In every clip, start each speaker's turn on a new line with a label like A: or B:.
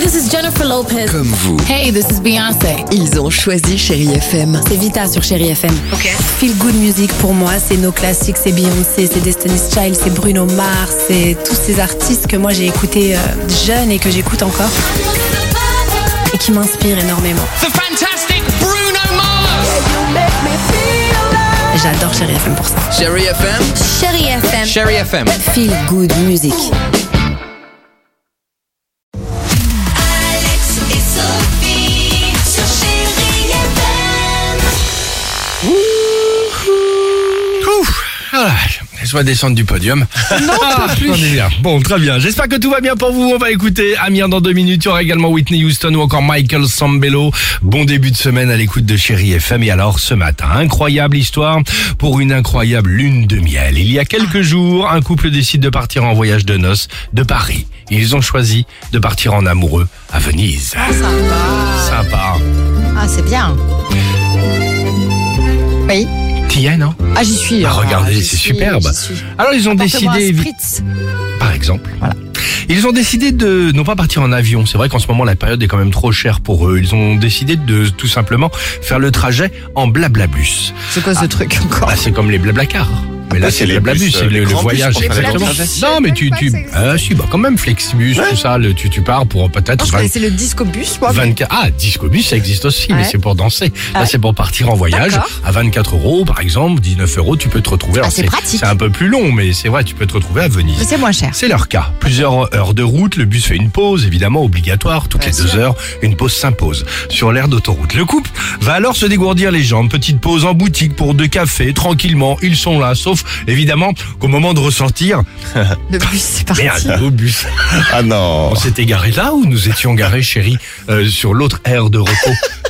A: This is Jennifer Lopez.
B: Comme vous,
A: Hey, this is Beyoncé.
C: Ils ont choisi Chérie FM.
A: C'est Vita sur Chéri FM.
C: Ok.
D: Feel Good Music pour moi, c'est nos classiques, c'est Beyoncé, c'est Destiny's Child, c'est Bruno Mars, c'est tous ces artistes que moi j'ai écoutés euh, jeune et que j'écoute encore et qui m'inspirent énormément.
E: the fantastic Bruno Mars.
D: J'adore Chérie FM pour ça.
B: Chérie FM,
A: Chéri FM.
B: Chérie FM.
C: Feel Good Music.
F: Alex et Sophie sur Chéri FM.
G: Ouf, ah, je vais descendre du podium. Non, on est bien. Bon, très bien. J'espère que tout va bien pour vous. On va écouter Amir dans deux minutes. Il y aura également Whitney Houston ou encore Michael Sambello. Bon début de semaine à l'écoute de Chéri FM. Et alors, ce matin, incroyable histoire pour une incroyable lune de miel. Il y a quelques jours, un couple décide de partir en voyage de noces de Paris. Ils ont choisi de partir en amoureux à Venise. Ah, sympa. Sympa.
H: Ah, c'est bien. Oui.
G: T'y es, non
H: Ah, j'y suis.
G: Ah,
H: alors.
G: regardez,
H: J'y
G: c'est
H: suis,
G: superbe.
H: j'y suis.
G: Alors, ils ont
H: Apporte-moi un
G: décidé...
H: spritz.
G: par exemple. Ils ont décidé de non pas partir en avion. C'est vrai qu'en ce moment la période est quand même trop chère pour eux. Ils ont décidé de tout simplement faire le trajet en blablabus.
H: C'est quoi ce truc encore
G: Ah, c'est comme les blablacars. Mais là,
I: Après,
G: c'est
I: c'est
G: le
I: les
G: blablabus,
I: bus,
G: c'est
I: euh, les
G: le, le
I: grands bus
G: voyage.
I: pour faire le
G: exactement.
I: trajet.
G: Non, mais tu, tu, ah, si, bah, quand même, flexibus, tout ça, le, tu, tu pars pour peut-être
H: Je
G: 20
H: connaissais le discobus, moi. mais-
G: 24 ah discobus ça existe aussi mais
H: Ouais. Ah
G: c'est pour danser là
H: Ouais.
G: c'est pour partir en voyage
H: D'accord. Ah,
G: à 24 euros par exemple 19 euros tu peux te retrouver Alors,
H: c'est pratique.
G: c'est un peu plus long mais c'est vrai tu peux te retrouver à Venise
H: Mais c'est moins cher.
G: c'est leur cas. Plusieurs heures de route, le bus fait une pause, évidemment obligatoire. Toutes les deux heures, une pause s'impose sur l'aire d'autoroute. Le couple va alors se dégourdir les jambes. Petite pause en boutique pour deux cafés, tranquillement. Ils sont là, sauf évidemment qu'au moment de ressortir,
H: Le bus, c'est parti.
G: merde, au bus.
I: Ah non.
G: On s'était garé là ou nous étions garés, chérie, euh, sur l'autre aire de repos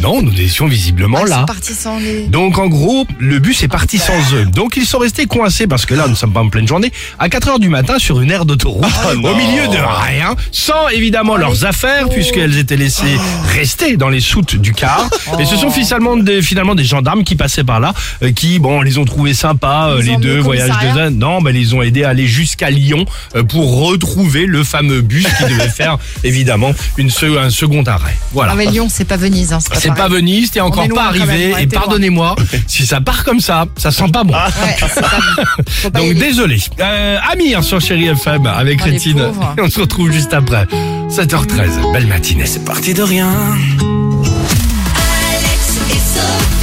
G: Non, nous étions visiblement
I: Ah,
H: Ils
G: là.
H: sont partis sans les.
G: Donc en gros, le bus est parti sans eux. Donc ils sont restés coincés parce que là, nous sommes pas en pleine journée, à 4 heures du matin sur une aire d'autoroute, au
I: non.
G: milieu de rien, sans évidemment
H: Oh,
G: leurs affaires puisqu'elles étaient laissées rester dans les soutes du car.
H: Oh.
G: Et ce sont finalement des, finalement des gendarmes qui passaient par là, euh, qui bon, les ont trouvés sympas, euh,
H: Ils
G: les
H: ont mis
G: deux
H: au
G: voyages de
H: commissariat
G: zen. Non, mais ils ont aidés à aller jusqu'à Lyon euh, pour retrouver le fameux bus qui devait faire évidemment une se- un second arrêt. Voilà.
H: Ah, mais Lyon, c'est pas Venise. Hein, c'est pas,
G: C'est pas
H: pareil.
G: Venise, t'es encore
H: est
G: pas
H: loin quand même,
G: arrivé.
H: ouais,
G: et
H: t'es loin.
G: pardonnez-moi, si ça part comme ça, ça sent pas bon.
H: Ouais, c'est pas Faut pas y
G: Donc
H: aller.
G: désolé. Euh, Amir sur Chéri FM avec
H: Oh, les
G: Rétine.
H: pauvres.
G: Et on se retrouve juste après. 7h13. Belle matinée.
B: C'est parti de rien.
F: Alex et Sophie.